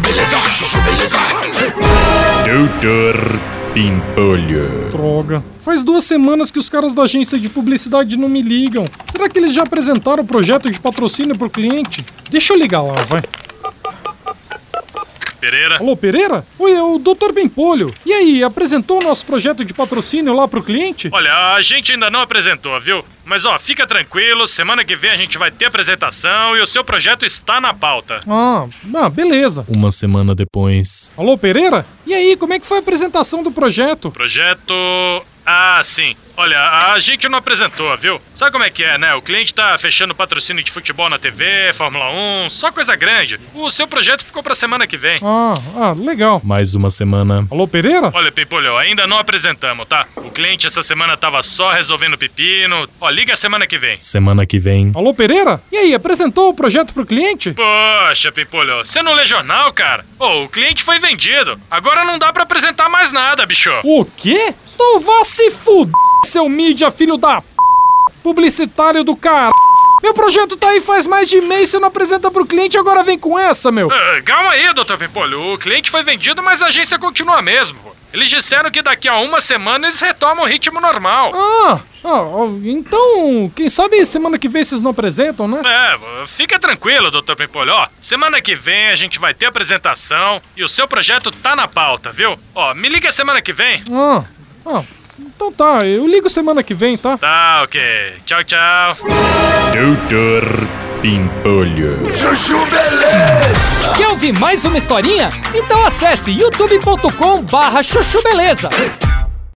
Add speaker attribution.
Speaker 1: Beleza, chuchu, beleza.
Speaker 2: Doutor Pimpolho.
Speaker 3: Droga. Faz duas semanas que os caras da agência de publicidade não me ligam. Será que eles já apresentaram o projeto de patrocínio pro cliente? Deixa eu ligar lá, vai.
Speaker 2: Pereira.
Speaker 3: Alô, Pereira? Oi, é o Dr. Bempolho. E aí, apresentou o nosso projeto de patrocínio lá pro cliente?
Speaker 2: Olha, a gente ainda não apresentou, viu? Mas ó, fica tranquilo, semana que vem a gente vai ter apresentação e o seu projeto está na pauta.
Speaker 3: Ah, ah, beleza.
Speaker 4: Uma semana depois.
Speaker 3: Alô, Pereira? E aí, como é que foi a apresentação do projeto?
Speaker 2: Projeto. Ah, sim. Olha, a gente não apresentou, viu? Sabe como é que é, né? O cliente tá fechando patrocínio de futebol na TV, Fórmula 1, só coisa grande. O seu projeto ficou pra semana que vem.
Speaker 3: Ah, ah, legal.
Speaker 4: Mais uma semana.
Speaker 3: Alô, Pereira?
Speaker 2: Olha, Pimpolho, ainda não apresentamos, tá? O cliente essa semana tava só resolvendo pepino. Ó, liga semana que vem.
Speaker 4: Semana que vem.
Speaker 3: Alô, Pereira? E aí, apresentou o projeto pro cliente?
Speaker 2: Poxa, Pimpolho, você não lê jornal, cara? Ô, o cliente foi vendido. Agora não dá pra apresentar mais nada, bicho.
Speaker 3: O quê? Tu vá se fuder, seu mídia, filho da p... publicitário do cara. Meu projeto tá aí faz mais de mês, você não apresenta pro cliente, agora vem com essa, meu.
Speaker 2: Ah, calma aí, doutor Pimpolho. O cliente foi vendido, mas a agência continua mesmo. pô. Eles disseram que daqui a uma semana eles retomam o ritmo normal.
Speaker 3: Ah, ah, ah, então, quem sabe semana que vem vocês não apresentam, né?
Speaker 2: É, fica tranquilo, doutor Pimpolho. Ó, semana que vem a gente vai ter apresentação e o seu projeto tá na pauta, viu? Ó, me liga semana que vem.
Speaker 3: Ah, ah, então tá, eu ligo semana que vem, tá?
Speaker 2: Tá, ok. Tchau, tchau.
Speaker 4: Doutor Pimpolho.
Speaker 1: Chuchu, beleza.
Speaker 5: Quer ouvir mais uma historinha? Então acesse youtube.com barra chuchu beleza.